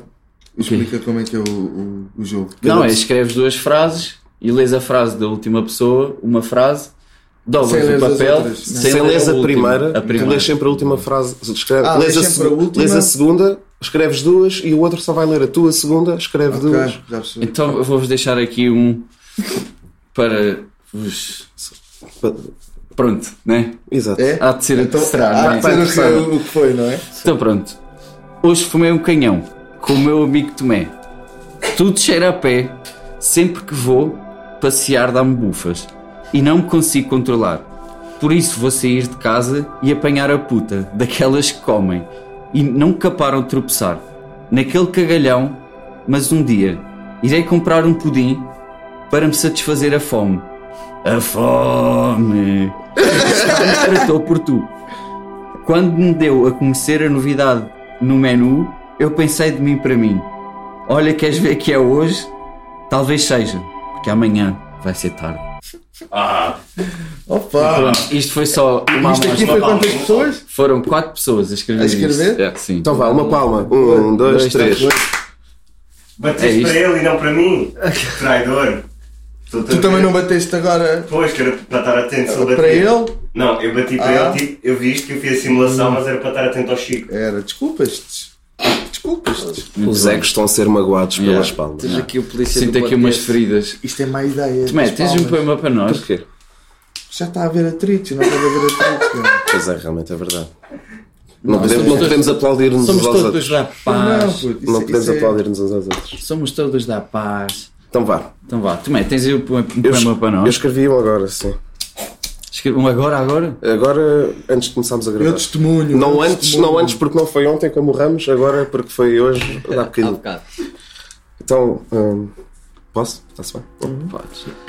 Speaker 2: explica como é que é o, o, o jogo.
Speaker 1: não, é, escreves duas frases e lês a frase da última pessoa, uma frase,
Speaker 2: Sem
Speaker 1: dobras o
Speaker 2: leres as
Speaker 1: papel,
Speaker 2: outras, não.
Speaker 1: sem
Speaker 3: Se lês a
Speaker 1: última,
Speaker 3: primeira,
Speaker 1: a
Speaker 3: tu lês sempre a última frase. Escreve,
Speaker 2: Ah,
Speaker 3: lês, a
Speaker 2: lês sempre
Speaker 3: segu-
Speaker 2: a última.
Speaker 3: lês a segunda, escreves duas e o outro só vai ler a tua segunda, escreve
Speaker 2: Ah, Ok,
Speaker 3: duas.
Speaker 2: já percebi.
Speaker 1: Então eu vou-vos deixar aqui um para vos. Pronto, né?
Speaker 3: Exato.
Speaker 2: É?
Speaker 1: Há de ser
Speaker 2: Então,
Speaker 1: então, será,
Speaker 2: há
Speaker 1: né?
Speaker 2: de ser o que foi- o que foi, não é?
Speaker 1: Então pronto. Hoje fumei um canhão com o meu amigo Tomé. Tudo cheira a pé. Sempre que vou, passear dá-me bufas. E não me consigo controlar. Por isso vou sair de casa e apanhar a puta daquelas que comem e não caparam de tropeçar. Naquele cagalhão, mas um dia irei comprar um pudim para me satisfazer a fome. A fome! Já me tratou por tu. Quando me deu a conhecer a novidade no menu, eu pensei de mim para mim: Olha, queres ver que é hoje? Talvez seja, porque amanhã vai ser tarde.
Speaker 5: Ah,
Speaker 2: Opa!
Speaker 1: Isto foi só uma
Speaker 2: Isto aqui
Speaker 1: amostra.
Speaker 2: foi quantas pessoas?
Speaker 1: Foram quatro pessoas a escrever.
Speaker 2: A escrever?
Speaker 1: isto. É, sim.
Speaker 3: Então vá, uma palma. Um, dois,
Speaker 1: dois,
Speaker 3: três.
Speaker 1: É
Speaker 5: bateste
Speaker 1: isto.
Speaker 5: para ele e não para mim. Traidor.
Speaker 2: Tu também não bateste agora
Speaker 5: Pois, que era para estar atento. se
Speaker 2: para
Speaker 5: ele batia.
Speaker 2: ele?
Speaker 5: Não, eu bati para
Speaker 2: Ah.
Speaker 5: ele, tipo, eu vi isto que eu fiz a simulação, mas era para estar atento ao Chico.
Speaker 2: Era, desculpas-te. Desculpas-te.
Speaker 3: Os egos estão a ser magoados
Speaker 1: Yeah.
Speaker 3: pelas palmas.
Speaker 4: Tens aqui o polícia
Speaker 1: Sinto
Speaker 4: do
Speaker 1: aqui umas
Speaker 4: podcast.
Speaker 1: feridas.
Speaker 2: Isto é má ideia.
Speaker 1: Tomé,
Speaker 2: das
Speaker 1: tens um
Speaker 2: palmas.
Speaker 1: poema para nós?
Speaker 3: Porquê?
Speaker 2: Já está a haver atritos, não está a haver atritos, cara.
Speaker 3: Pois é, realmente é verdade. Não, podemos, não podemos aplaudir-nos uns
Speaker 1: Somos
Speaker 3: aos
Speaker 1: todos
Speaker 3: outros.
Speaker 1: da
Speaker 2: Não,
Speaker 1: paz.
Speaker 2: puto, isso-
Speaker 3: Não podemos
Speaker 2: isso é-
Speaker 3: aplaudir-nos uns aos outros.
Speaker 1: Somos todos da paz.
Speaker 3: Então vá.
Speaker 1: Então vá, Tomé, tens aí um poema
Speaker 3: Eu, es-
Speaker 1: para
Speaker 3: eu
Speaker 1: nós?
Speaker 3: escrevi um agora, sim.
Speaker 1: Escreve um agora, agora?
Speaker 3: Agora, antes de começarmos a
Speaker 2: Meu
Speaker 3: gravar.
Speaker 2: testemunho.
Speaker 3: Não
Speaker 2: meu
Speaker 3: antes,
Speaker 2: testemunho.
Speaker 3: não antes porque não foi ontem como o Ramos, agora porque foi hoje, dá
Speaker 4: Há
Speaker 3: bocadinho.
Speaker 4: bocado.
Speaker 3: Então, hum, posso? Está-se bem?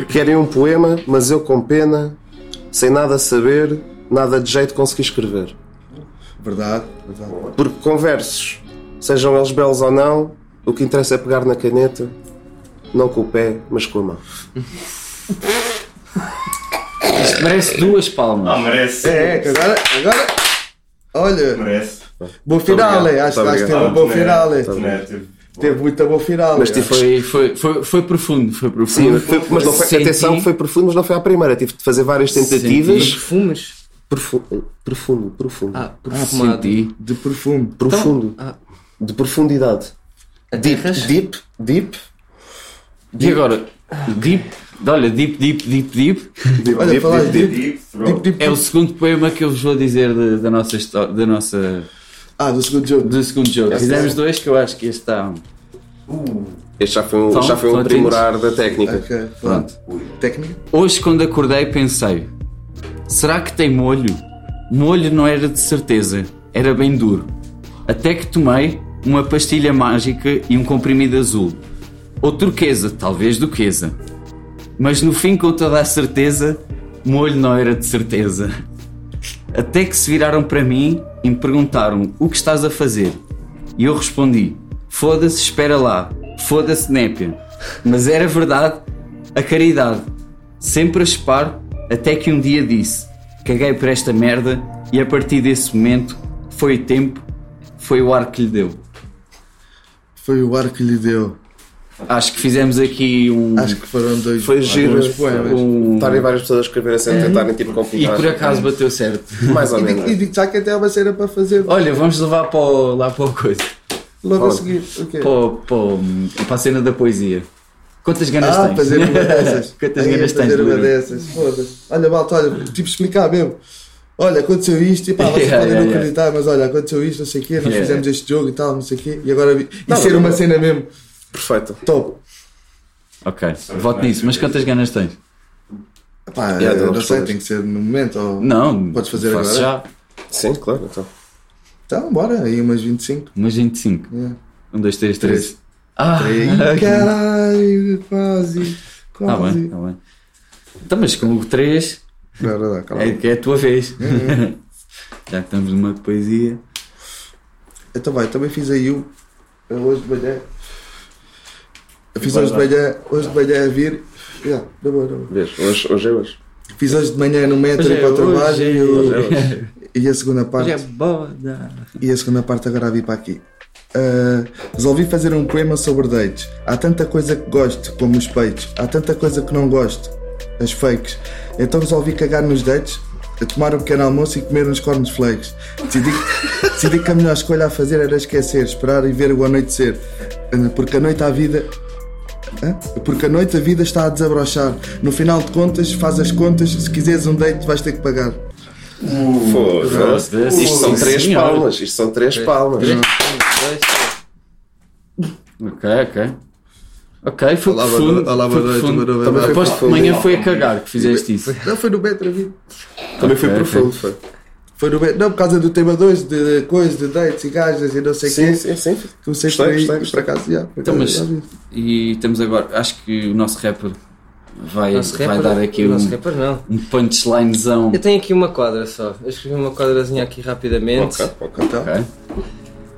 Speaker 3: Querem um poema, mas eu com pena, sem nada saber, nada de jeito consegui escrever.
Speaker 2: Verdade, verdade.
Speaker 3: Porque com versos, sejam eles belos ou não, o que interessa é pegar na caneta, não com o pé, mas com a mão.
Speaker 1: Isto merece duas
Speaker 5: Ah,
Speaker 1: palmas.
Speaker 5: merece.
Speaker 2: É, que agora, agora. Olha,
Speaker 5: Merece.
Speaker 2: bom final,
Speaker 3: obrigado,
Speaker 2: acho
Speaker 3: muito
Speaker 2: acho que teve
Speaker 5: Ah,
Speaker 2: um bom
Speaker 5: né,
Speaker 2: final.
Speaker 5: né, teve-
Speaker 2: Teve muito bom final.
Speaker 3: Mas
Speaker 2: é.
Speaker 3: tive-
Speaker 1: Foi, foi, foi, foi profundo, foi
Speaker 3: Tipo,
Speaker 1: profundo.
Speaker 3: Sim, foi- mas não foi,
Speaker 1: Senti-
Speaker 3: atenção, foi profundo, mas não foi à primeira. Tive de fazer várias tentativas.
Speaker 4: Perfumes?
Speaker 3: Profu- Profundo, profundo.
Speaker 4: Ah, perfumado.
Speaker 1: Senti.
Speaker 2: De perfume.
Speaker 3: profundo.
Speaker 4: ah.
Speaker 3: De profundidade. Deep,
Speaker 4: Aterras?
Speaker 3: deep, deep.
Speaker 1: E agora, Deep, olha, Deep, Deep, Deep, Deep
Speaker 3: Deep,
Speaker 2: Olha,
Speaker 3: deep,
Speaker 2: falar
Speaker 3: deep,
Speaker 2: de-
Speaker 3: deep.
Speaker 5: Deep
Speaker 2: Tipo,
Speaker 5: throat.
Speaker 2: tipo,
Speaker 1: é o segundo poema que eu vos vou dizer da, da nossa história, da nossa,
Speaker 2: Ah, do segundo jogo.
Speaker 1: do segundo jogo. Fizemos dois que eu acho que este está, um
Speaker 3: Este já foi um,
Speaker 1: Então,
Speaker 3: já foi um
Speaker 1: estão atentos?
Speaker 3: aprimorar da técnica.
Speaker 2: Ok, pronto.
Speaker 1: Pronto.
Speaker 2: Técnica?
Speaker 1: Hoje, quando acordei, pensei: será que tem molho? Molho não era de certeza, era bem duro. Até que tomei uma pastilha mágica e um comprimido azul. Ou turquesa, talvez duquesa. Mas no fim, com toda a certeza, molho não era de certeza. Até que se viraram para mim e me perguntaram: o que estás a fazer? E eu respondi: foda-se, espera lá, foda-se, népia. Mas era verdade a caridade. Sempre a chupar, até que um dia disse: caguei por esta merda, e a partir desse momento foi o tempo, foi o ar que lhe deu.
Speaker 2: Foi o ar que lhe deu.
Speaker 1: Acho que fizemos aqui um.
Speaker 2: Acho que foram dois.
Speaker 3: Foi giro.
Speaker 2: dois poemas.
Speaker 1: um-
Speaker 3: Estarem várias pessoas a escreverem sem tentarem tipo
Speaker 1: Uhum. E
Speaker 3: complicar.
Speaker 1: por acaso bateu certo.
Speaker 3: Mais ou
Speaker 2: E digo- E
Speaker 3: menos.
Speaker 2: digo, já que até há uma cena para fazer
Speaker 1: Olha, vamos levar para o- lá para o coisa.
Speaker 2: logo a
Speaker 3: Olha.
Speaker 2: seguir. O quê?
Speaker 1: Para, o- para, o- para a cena da poesia. Quantas ganas
Speaker 2: Ah,
Speaker 1: tens?
Speaker 2: fazer uma dessas.
Speaker 1: Quantas
Speaker 2: Aí, é
Speaker 1: ganas tens?
Speaker 2: fazer uma
Speaker 1: Bruno?
Speaker 2: dessas. Foda-se. Olha, malta, olha, tipo explicar mesmo. Olha, aconteceu isto, e pá, vocês
Speaker 1: Yeah,
Speaker 2: podem
Speaker 1: yeah,
Speaker 2: não
Speaker 1: yeah.
Speaker 2: acreditar, mas olha, aconteceu isto, não sei o quê, nós
Speaker 1: Yeah.
Speaker 2: fizemos este jogo e tal, não sei o quê, e agora vi. E
Speaker 3: Não,
Speaker 2: ser
Speaker 3: não,
Speaker 2: uma
Speaker 3: não.
Speaker 2: cena mesmo,
Speaker 3: Perfeito.
Speaker 2: top.
Speaker 1: Ok, voto nisso. Mas quantas ganas tens?
Speaker 2: Pá,
Speaker 3: Yeah,
Speaker 2: eu
Speaker 3: não
Speaker 2: não sei,
Speaker 3: respondes.
Speaker 2: tem que ser no momento, ou.
Speaker 1: Não.
Speaker 2: Podes fazer
Speaker 1: faço
Speaker 2: agora?
Speaker 1: já.
Speaker 3: Sim, claro. Então.
Speaker 2: Então, bora, aí umas 25.
Speaker 1: Umas 25.
Speaker 2: Yeah.
Speaker 1: 1, 2, 3,
Speaker 2: É. Três.
Speaker 1: 3. Ah,
Speaker 2: Aí, caralho, quase.
Speaker 1: Tá bem,
Speaker 2: Quase.
Speaker 1: tá bem. Então, mas com o 3
Speaker 2: Bora lá, calma.
Speaker 1: é que é a tua vez. Já que estamos numa poesia.
Speaker 2: Então vai, também fiz aí o. eu Hoje de manhã. Eu fiz
Speaker 5: Vai
Speaker 2: hoje de
Speaker 5: lá.
Speaker 2: manhã, hoje de manhã a vir. Yeah, na boa, na boa.
Speaker 3: Vês, hoje, hoje é hoje.
Speaker 2: Fiz hoje de manhã no metro e para o trabalho e,
Speaker 1: Uhum.
Speaker 3: hoje é
Speaker 2: o-
Speaker 3: hoje.
Speaker 2: e a segunda parte.
Speaker 1: boda.
Speaker 2: E a segunda parte agora vi para aqui. Ah, resolvi fazer um poema sobre dates. Há tanta coisa que gosto, como os peitos. Há tanta coisa que não gosto, as fakes. Então resolvi cagar nos dates, a tomar um pequeno almoço e comer uns cornflakes. Decidi, decidi que a melhor escolha a fazer era esquecer, esperar e ver o anoitecer. Ah, Porque a noite à vida Hã? Porque a noite a vida está a desabrochar. No final de contas, faz as contas. Se quiseres um date, vais ter que pagar.
Speaker 3: Foda-se.
Speaker 1: Foda-se.
Speaker 3: Isto são
Speaker 1: Uhum. Sim,
Speaker 3: três
Speaker 1: senhor.
Speaker 3: palmas. Isto são três palmas.
Speaker 1: Ok, ok. Ok, foi
Speaker 2: Olá, boa
Speaker 1: profundo.
Speaker 2: noite, olá, boa
Speaker 1: foi
Speaker 2: noite,
Speaker 1: profundo.
Speaker 2: boa noite, boa noite.
Speaker 1: Aposto que de manhã foi a cagar que fizeste isso.
Speaker 2: Não foi no metro, a vida.
Speaker 3: Também foi
Speaker 1: Ok, ok.
Speaker 3: profundo. Foi.
Speaker 2: Foi no metro. Não, por causa do tema 2, de de coisas, de dates e gajas e assim, não sei o
Speaker 3: Sim,
Speaker 2: quê.
Speaker 3: sim, sim.
Speaker 2: Comecei
Speaker 3: Gostei,
Speaker 2: por aí,
Speaker 3: gostei,
Speaker 2: mas por
Speaker 3: gostei.
Speaker 2: acaso, já. por
Speaker 1: Então,
Speaker 2: acaso,
Speaker 1: mas-
Speaker 2: já vi.
Speaker 1: E temos agora, acho que o nosso rapper vai,
Speaker 4: Nosso
Speaker 1: vai
Speaker 4: rapper- é-
Speaker 1: dar aqui um,
Speaker 4: Nosso rapper não.
Speaker 1: um punchlinezão.
Speaker 4: Eu tenho aqui uma quadra só. Eu escrevi uma quadrazinha aqui rapidamente.
Speaker 3: Ok, ok.
Speaker 2: Então,
Speaker 1: Ok.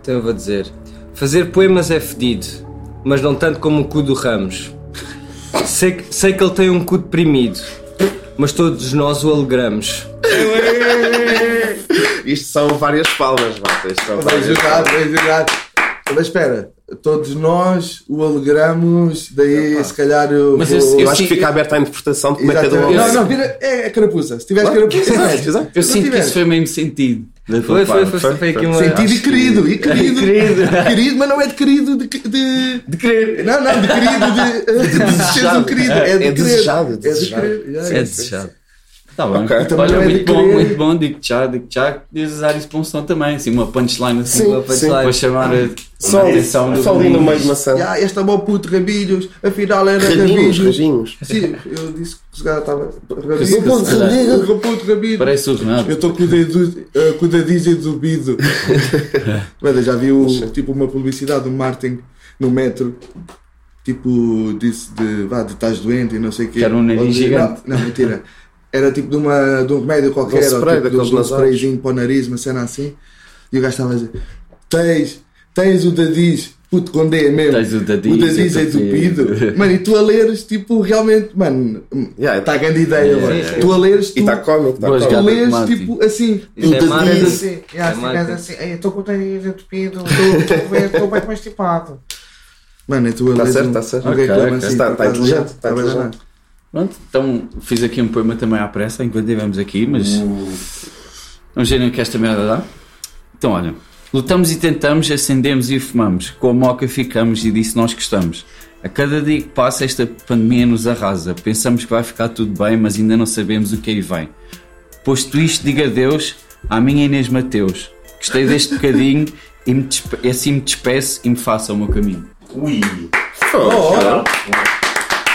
Speaker 4: Então eu vou dizer: Fazer poemas é fedido, mas não tanto como o cu do Ramos. Sei que, sei que ele tem um cu deprimido, mas todos nós o alegramos.
Speaker 3: Isto são várias palmas, malta. Isto são
Speaker 2: bem
Speaker 3: várias
Speaker 2: jogado, bem jogado. Mas espera, todos nós o alegramos, daí se calhar eu
Speaker 1: Mas
Speaker 2: vou-
Speaker 1: esse- tipo
Speaker 3: Eu
Speaker 1: Eu
Speaker 3: acho que
Speaker 1: sei-
Speaker 3: fica aberta à interpretação de como é que cada um
Speaker 2: Exatamente. Não,
Speaker 3: lê.
Speaker 2: não, vira. É, é carapuça. Se tiveres carapuça,
Speaker 3: Exato, exato.
Speaker 1: Eu
Speaker 2: Se
Speaker 1: sinto que
Speaker 2: tiveres-
Speaker 1: isso foi o mesmo sentido. da tua
Speaker 4: Foi, foi, foi,
Speaker 1: parte.
Speaker 4: foi, aqui uma.
Speaker 2: Sentido e querido,
Speaker 1: é
Speaker 2: e querido.
Speaker 4: Querido.
Speaker 2: Querido, mas não é de querido de. de-
Speaker 1: De querer.
Speaker 2: não, não, de querido, de. de desejar um querido. É de
Speaker 3: É
Speaker 2: querer.
Speaker 3: desejado,
Speaker 2: É de
Speaker 3: desejado.
Speaker 2: querer, já,
Speaker 1: É
Speaker 2: já.
Speaker 1: desejado. Tá bom.
Speaker 3: Ok.
Speaker 2: Também
Speaker 1: Olha,
Speaker 2: não é de
Speaker 1: muito bom,
Speaker 2: querer.
Speaker 1: muito bom. Digo tchau, digo tchau. Podias usar isso para um som também, assim, uma punchline assim.
Speaker 3: Sim,
Speaker 1: uma
Speaker 3: sim.
Speaker 1: punchline. Para chamar eh, a
Speaker 3: Só ali,
Speaker 1: atenção do
Speaker 3: só ali no
Speaker 1: público.
Speaker 3: meio de uma cena.
Speaker 2: Já, este é bom puto, Rabilhos. Afinal era
Speaker 3: Radinhos,
Speaker 2: Rabilhos.
Speaker 3: radinhos.
Speaker 2: Sim, eu disse que o cara estava.
Speaker 1: se-
Speaker 2: Rabilhos.
Speaker 1: se calhar-
Speaker 2: Rabilhos, puto, Rabilhos.
Speaker 1: Parece o Renato.
Speaker 2: Eu estou com o dedo- eh, com o dadinho entupido. Mano, eu já vi o- tipo uma publicidade do Martin no metro. Tipo, disse de vá, de estás doente e não sei o quê.
Speaker 1: Que era um nariz
Speaker 2: Ou de-
Speaker 1: gigante.
Speaker 2: Não, não, mentira. Era tipo de, uma, de um remédio qualquer,
Speaker 3: De um spray,
Speaker 2: ou tipo, de
Speaker 3: daqueles
Speaker 2: um
Speaker 3: nasais.
Speaker 2: sprayzinho para o nariz, uma cena assim. E o gajo estava a dizer: Tens, tens o dadiz, puto, com D é mesmo.
Speaker 1: Tens o dadiz
Speaker 2: O dadiz é
Speaker 1: entupido."
Speaker 2: entupido. Mano, e tu a leres, tipo, realmente, mano,
Speaker 3: Yeah, então,
Speaker 2: está a grande ideia, mano.
Speaker 4: yeah, yeah.
Speaker 2: Tu a leres,
Speaker 3: É, E tá-
Speaker 2: tu-
Speaker 3: está cómico, está
Speaker 1: Boas
Speaker 2: Tu
Speaker 3: cómico.
Speaker 1: Obrigado,
Speaker 2: lês
Speaker 1: Martin.
Speaker 2: tipo assim.
Speaker 4: Isso é
Speaker 2: Tu
Speaker 4: marketing.
Speaker 2: dizes assim. e
Speaker 4: É
Speaker 2: assim,
Speaker 4: marketing.
Speaker 2: és assim, estou com o nariz entupido, estou bem constipado. Mano, é tu a
Speaker 3: Tá
Speaker 2: ler
Speaker 3: certo,
Speaker 2: um-
Speaker 3: tá certo.
Speaker 2: um
Speaker 1: Ok,
Speaker 2: reclama
Speaker 1: ok.
Speaker 2: assim,
Speaker 3: Tá-
Speaker 2: tu
Speaker 3: tá
Speaker 2: estás a ler,
Speaker 3: inteligente, tá
Speaker 2: estás a ler.
Speaker 3: inteligente.
Speaker 1: Pronto, então fiz aqui um poema também à pressa enquanto estivemos aqui, mas vamos ver no que esta merda dá. Então olha, lutamos e tentamos, acendemos e fumamos, com a moca ficamos e disso nós gostamos. A cada dia que passa esta pandemia nos arrasa, pensamos que vai ficar tudo bem, mas ainda não sabemos o que aí vem. Posto isto, diga adeus à minha Inês Mateus. Gostei deste bocadinho e, me despe- e assim me despeço e me faça o meu caminho.
Speaker 5: Ui!
Speaker 3: Oh,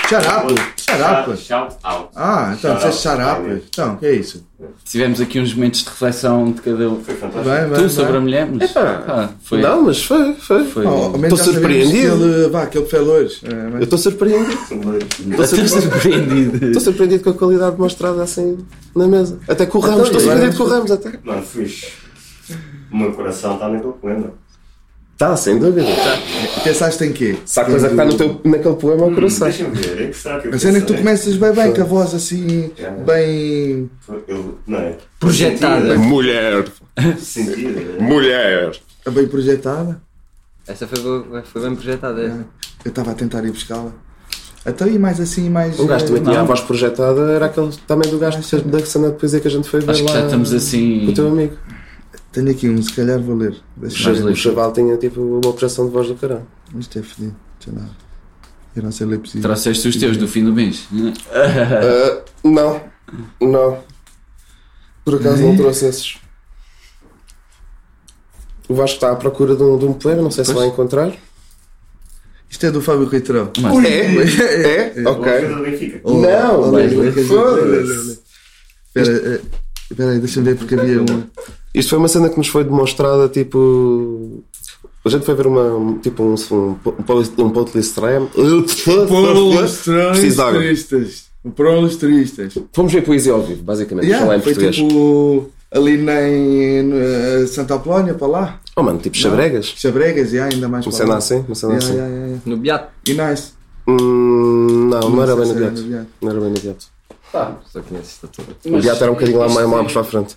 Speaker 2: Xarapa, xarapa.
Speaker 5: Shout out.
Speaker 2: Ah, então disseste xarapas. Então, que é isso?
Speaker 1: Tivemos aqui uns momentos de reflexão de cada um.
Speaker 5: Foi fantástico.
Speaker 2: Bem, bem,
Speaker 1: Tu sobre a
Speaker 2: bem.
Speaker 1: mulher, mas.
Speaker 3: Epá,
Speaker 1: pá, foi.
Speaker 3: oh, Não, mas foi, foi.
Speaker 1: foi.
Speaker 2: Oh, ao menos
Speaker 3: Tô
Speaker 2: já sabemos
Speaker 3: surpreendido.
Speaker 2: Que ele, vá, que ele fez loiros. É, mas-
Speaker 3: Eu estou surpreendido.
Speaker 1: Estou surpreendido.
Speaker 3: Estou surpreendido com a qualidade mostrada assim na mesa. Até com o Ramos,
Speaker 2: Então,
Speaker 3: estou surpreendido
Speaker 2: agora-
Speaker 3: com o Ramos até.
Speaker 5: Mano, fixe. O meu coração está naquele poema.
Speaker 3: Tá, sem dúvida.
Speaker 2: Pensaste em quê?
Speaker 3: Se há coisa que está no teu, naquele poema ao coração.
Speaker 5: Deixa-me ver, é que será que eu
Speaker 2: A cena é que tu
Speaker 5: pensei?
Speaker 2: começas bem bem, com a voz assim,
Speaker 5: É.
Speaker 2: bem.
Speaker 5: Eu, não é?
Speaker 4: Projetada.
Speaker 3: Mulher,
Speaker 5: Sentido, né?
Speaker 3: mulher.
Speaker 2: bem projetada. É.
Speaker 4: Essa foi, boa- foi bem
Speaker 3: É.
Speaker 4: projetada. é. essa.
Speaker 2: Eu estava a tentar ir buscá-la. Até e mais assim, mais.
Speaker 3: O Um gajo também
Speaker 2: eh,
Speaker 3: tinha a voz projetada, era aquele também do gajo que fez da cena depois é que a gente foi ver
Speaker 1: Acho que
Speaker 3: lá
Speaker 1: já estamos assim.
Speaker 3: com o teu amigo.
Speaker 2: Tenho aqui um, se calhar vou ler. Deixa
Speaker 1: Mas
Speaker 2: eu
Speaker 1: lê.
Speaker 2: ver.
Speaker 3: O chaval tinha tipo uma projeção de voz do caralho.
Speaker 2: Isto é fedido, sei lá. Eu não sei ler possível.
Speaker 1: Trouxeste os teus do fim do mês. né?
Speaker 3: Ah, não, não. Por acaso não trouxe esses. O Vasco está à procura de um, de um poema, não sei se
Speaker 1: Pois.
Speaker 3: vai encontrar.
Speaker 2: Isto é do Fábio Ritrão.
Speaker 1: Mas-
Speaker 3: É? É?
Speaker 5: Ou ajuda
Speaker 3: Ok.
Speaker 5: do Benfica.
Speaker 3: Não, mas foda-se.
Speaker 2: Espera eh, espera aí, deixa-me ver porque havia um. uma.
Speaker 3: Isto foi uma cena que nos foi demonstrada, tipo... A gente foi ver uma, tipo um, um, um post- um ponto de estreia. Precisaram.
Speaker 2: turistas. Prolos turistas.
Speaker 3: Fomos ver poesia ao vivo, basicamente. falar
Speaker 2: Yeah,
Speaker 3: em
Speaker 2: foi
Speaker 3: português.
Speaker 2: tipo ali na, em eh, Santa Apolónia, para lá.
Speaker 3: Oh mano, tipo chabregas.
Speaker 2: Xabregas, yeah, ainda mais
Speaker 3: Uma
Speaker 2: para
Speaker 3: cena
Speaker 2: lá.
Speaker 3: assim, uma cena
Speaker 2: Yeah,
Speaker 3: assim.
Speaker 2: yeah, yeah, yeah.
Speaker 4: No beato.
Speaker 2: E nice.
Speaker 3: Hum, não, não era
Speaker 2: sei
Speaker 3: bem
Speaker 2: se
Speaker 3: no
Speaker 2: era
Speaker 3: Beato.
Speaker 2: no Beato.
Speaker 3: Não era bem no Beato. Tá.
Speaker 4: Só conheço esta toda.
Speaker 3: O Beato era um bocadinho lá mais mais para a frente.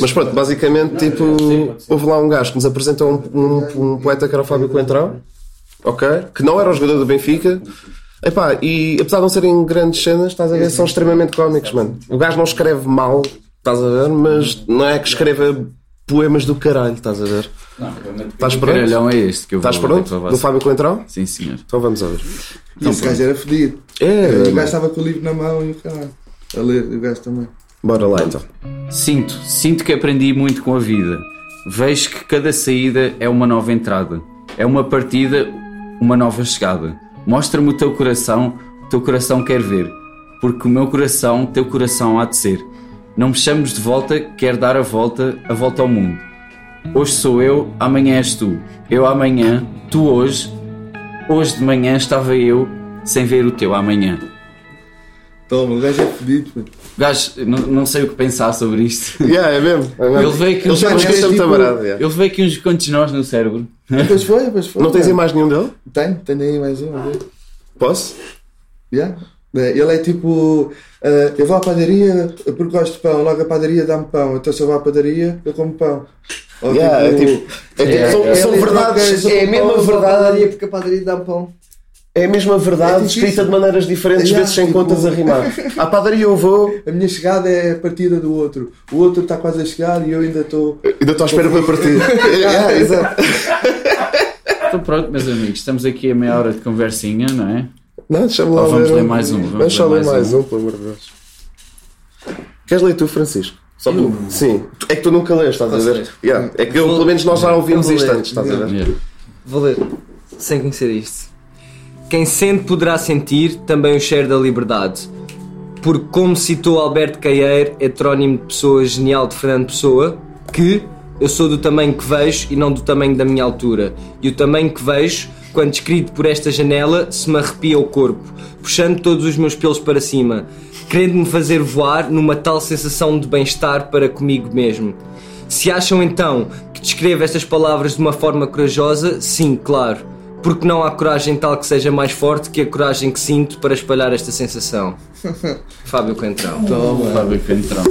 Speaker 3: Mas pronto, basicamente, tipo, houve lá um gajo que nos apresentou um, um- um poeta que era o Fábio Coentrão, ok? Que não era o jogador do Benfica. Epá, e apesar de não serem grandes cenas, estás a ver, são extremamente cómicos, mano. O gajo não escreve mal, estás a ver, mas não é que escreva poemas do caralho, estás a ver. Estás
Speaker 1: O
Speaker 3: pronto?
Speaker 1: caralhão é este que eu vou
Speaker 3: Estás
Speaker 1: dar
Speaker 3: pronto?
Speaker 1: para
Speaker 3: Do
Speaker 1: vocês.
Speaker 3: Fábio Coentrão?
Speaker 1: Sim, senhor.
Speaker 3: Então vamos ouvir.
Speaker 2: E esse gajo era fedido.
Speaker 3: É,
Speaker 2: O gajo
Speaker 3: mano.
Speaker 2: estava com o livro na mão e o caralho. A ler, o gajo também.
Speaker 3: bora lá então.
Speaker 1: Sinto, sinto que aprendi muito com a vida. Vejo que cada saída é uma nova entrada, é uma partida, uma nova chegada. Mostra-me o teu coração, o teu coração quer ver, porque o meu coração, teu coração há de ser. Não me chames de volta, quero dar a volta, a volta ao mundo. Hoje sou eu, amanhã és tu. Eu amanhã, tu hoje. Hoje de manhã estava eu sem ver o teu amanhã.
Speaker 2: Toma, o gajo é fedido, mano.
Speaker 1: Gajo, não, não sei o que pensar sobre isto.
Speaker 3: Yeah, é mesmo. É mesmo.
Speaker 1: Ele veio aqui- um
Speaker 3: Ele já
Speaker 2: Mano,
Speaker 3: nos
Speaker 2: é
Speaker 3: deixa muito
Speaker 2: tipo-
Speaker 3: amarado. yeah.
Speaker 1: Ele veio aqui uns quantos nós no cérebro.
Speaker 2: Pois foi, pois foi.
Speaker 3: É. Não tens aí
Speaker 2: mano.
Speaker 3: mais Ah. nenhum dele?
Speaker 2: Tenho, tenho aí mais um. olha.
Speaker 3: Posso?
Speaker 2: Yeah. É, Ele é tipo, eh, eu vou à padaria porque gosto de pão, logo a padaria dá-me pão, então se eu vou à padaria eu como pão. Ou
Speaker 3: Yeah,
Speaker 2: tipo,
Speaker 3: é tipo- é tipo-
Speaker 4: é,
Speaker 3: são,
Speaker 2: é,
Speaker 3: são
Speaker 2: é,
Speaker 3: verdades,
Speaker 2: é,
Speaker 3: é a mesma verdade,
Speaker 4: porque a padaria dá pão.
Speaker 3: é a mesma
Speaker 2: É
Speaker 3: verdade
Speaker 2: difícil.
Speaker 3: escrita de maneiras diferentes,
Speaker 2: Yeah,
Speaker 3: vezes sem
Speaker 2: tipo-
Speaker 3: contas a rimar. À padaria eu vou,
Speaker 2: a minha chegada é a partida do outro, o outro está quase a chegar e eu ainda estou.
Speaker 3: ainda estou à espera para partir. yeah, Ah, exato.
Speaker 1: Então pronto, meus amigos, estamos aqui a meia hora de conversinha, não é?
Speaker 3: Não, deixa-me lá
Speaker 1: Então vamos
Speaker 3: ver
Speaker 1: ler mais um, vamos
Speaker 3: Vamos só
Speaker 1: ler
Speaker 3: ler
Speaker 1: mais
Speaker 3: mais
Speaker 1: um.
Speaker 3: um, pelo amor de Deus. Queres ler tu, Francisco? Só tu? Sim. É que tu nunca lês, estás a ver?
Speaker 4: ler.
Speaker 3: Yeah. É que eu, pelo menos nós já ouvimos
Speaker 4: Eu vou
Speaker 3: isto
Speaker 4: ler.
Speaker 3: antes, estás a ver?
Speaker 1: Yeah.
Speaker 4: Vou ler, sem conhecer isto. Quem sente poderá sentir também o cheiro da liberdade. Porque, como citou Alberto Caeiro, heterónimo de pessoa genial de Fernando Pessoa, que eu sou do tamanho que vejo e não do tamanho da minha altura. E o tamanho que vejo, quando escrito por esta janela, se me arrepia o corpo, puxando todos os meus pelos para cima, querendo-me fazer voar numa tal sensação de bem-estar para comigo mesmo. Se acham então que descrevo estas palavras de uma forma corajosa, sim, claro. Porque não há coragem tal que seja mais forte que a coragem que sinto para espalhar esta sensação. Fábio Coentrão. Então,
Speaker 1: Fábio Coentrão.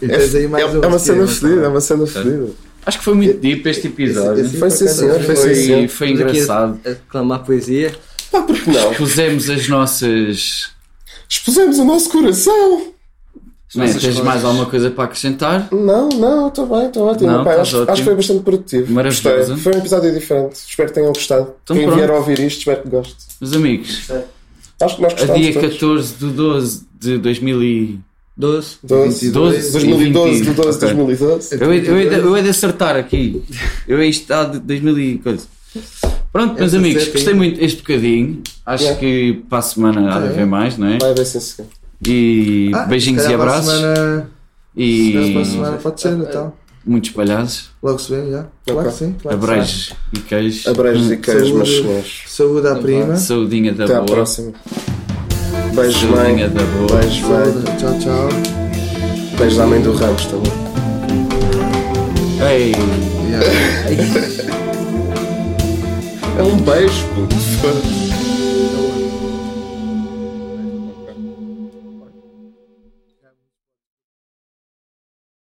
Speaker 2: E tens aí
Speaker 3: É,
Speaker 2: mais um.
Speaker 3: é uma cena
Speaker 2: esquema,
Speaker 3: fedida, é uma cena fedida.
Speaker 1: Acho que foi muito deep este episódio.
Speaker 2: esse- esse-
Speaker 3: Foi sim, senhor, foi sim,
Speaker 1: Foi,
Speaker 3: senhor.
Speaker 1: foi
Speaker 4: Estamos aqui
Speaker 1: engraçado.
Speaker 4: A, a clamar poesia.
Speaker 3: Pá, porque não?
Speaker 1: Pusemos as nossas.
Speaker 3: Expusemos o nosso coração.
Speaker 1: Não é? tens mais alguma coisa para acrescentar?
Speaker 3: Não, não, estou bem, estou ótimo.
Speaker 1: Não,
Speaker 3: Pá,
Speaker 1: estás
Speaker 3: acho,
Speaker 1: ótimo.
Speaker 3: acho que foi bastante produtivo.
Speaker 1: Maravilhoso.
Speaker 3: Gostei. Foi um episódio diferente. Espero que tenham gostado.
Speaker 1: Então
Speaker 3: Quem
Speaker 1: pronto.
Speaker 3: vier a ouvir isto, espero que goste.
Speaker 1: Meus amigos,
Speaker 3: Acho que nós
Speaker 1: a
Speaker 3: gostamos.
Speaker 1: dia
Speaker 3: todos.
Speaker 1: 14 de 12 de 2012.
Speaker 4: 12.
Speaker 3: 12,
Speaker 1: 12
Speaker 3: 2012, de 12 de
Speaker 1: Ok.
Speaker 3: 2012.
Speaker 1: Eu hei eu hei de eu hei de acertar aqui. Eu hei isto há de 2000 e coisa. Pronto, meus
Speaker 2: Essa
Speaker 1: amigos,
Speaker 2: seta, hein?
Speaker 1: gostei muito deste bocadinho. Acho
Speaker 3: Yeah.
Speaker 1: que para a semana há de
Speaker 2: Yeah.
Speaker 1: haver mais, não é?
Speaker 3: Vai haver sim, senhor.
Speaker 1: E
Speaker 2: Ah,
Speaker 1: beijinhos
Speaker 2: se
Speaker 1: e
Speaker 2: calhar para a
Speaker 1: abraços.
Speaker 2: Semana, se calhar
Speaker 1: E
Speaker 2: para a semana pode
Speaker 3: Ah,
Speaker 2: ser, então.
Speaker 1: muitos palhaços,
Speaker 2: Logo se vê, já. Claro que sim. claro que sim.
Speaker 1: abreijos e queijos.
Speaker 3: Abreijos e queijos, meus
Speaker 2: Saúde.
Speaker 3: senhores.
Speaker 2: Saúde
Speaker 3: Então,
Speaker 2: à prima.
Speaker 1: Saudinha da
Speaker 3: Até à
Speaker 1: boa.
Speaker 3: próxima. Beijo, mãe.
Speaker 1: Saudinha da boa.
Speaker 3: Beijo,
Speaker 2: Saúde.
Speaker 3: mãe.
Speaker 2: Tchau, tchau.
Speaker 3: Beijo da mãe do Ramos tá também.
Speaker 1: Ei,
Speaker 2: Yeah.
Speaker 3: É um beijo, puto.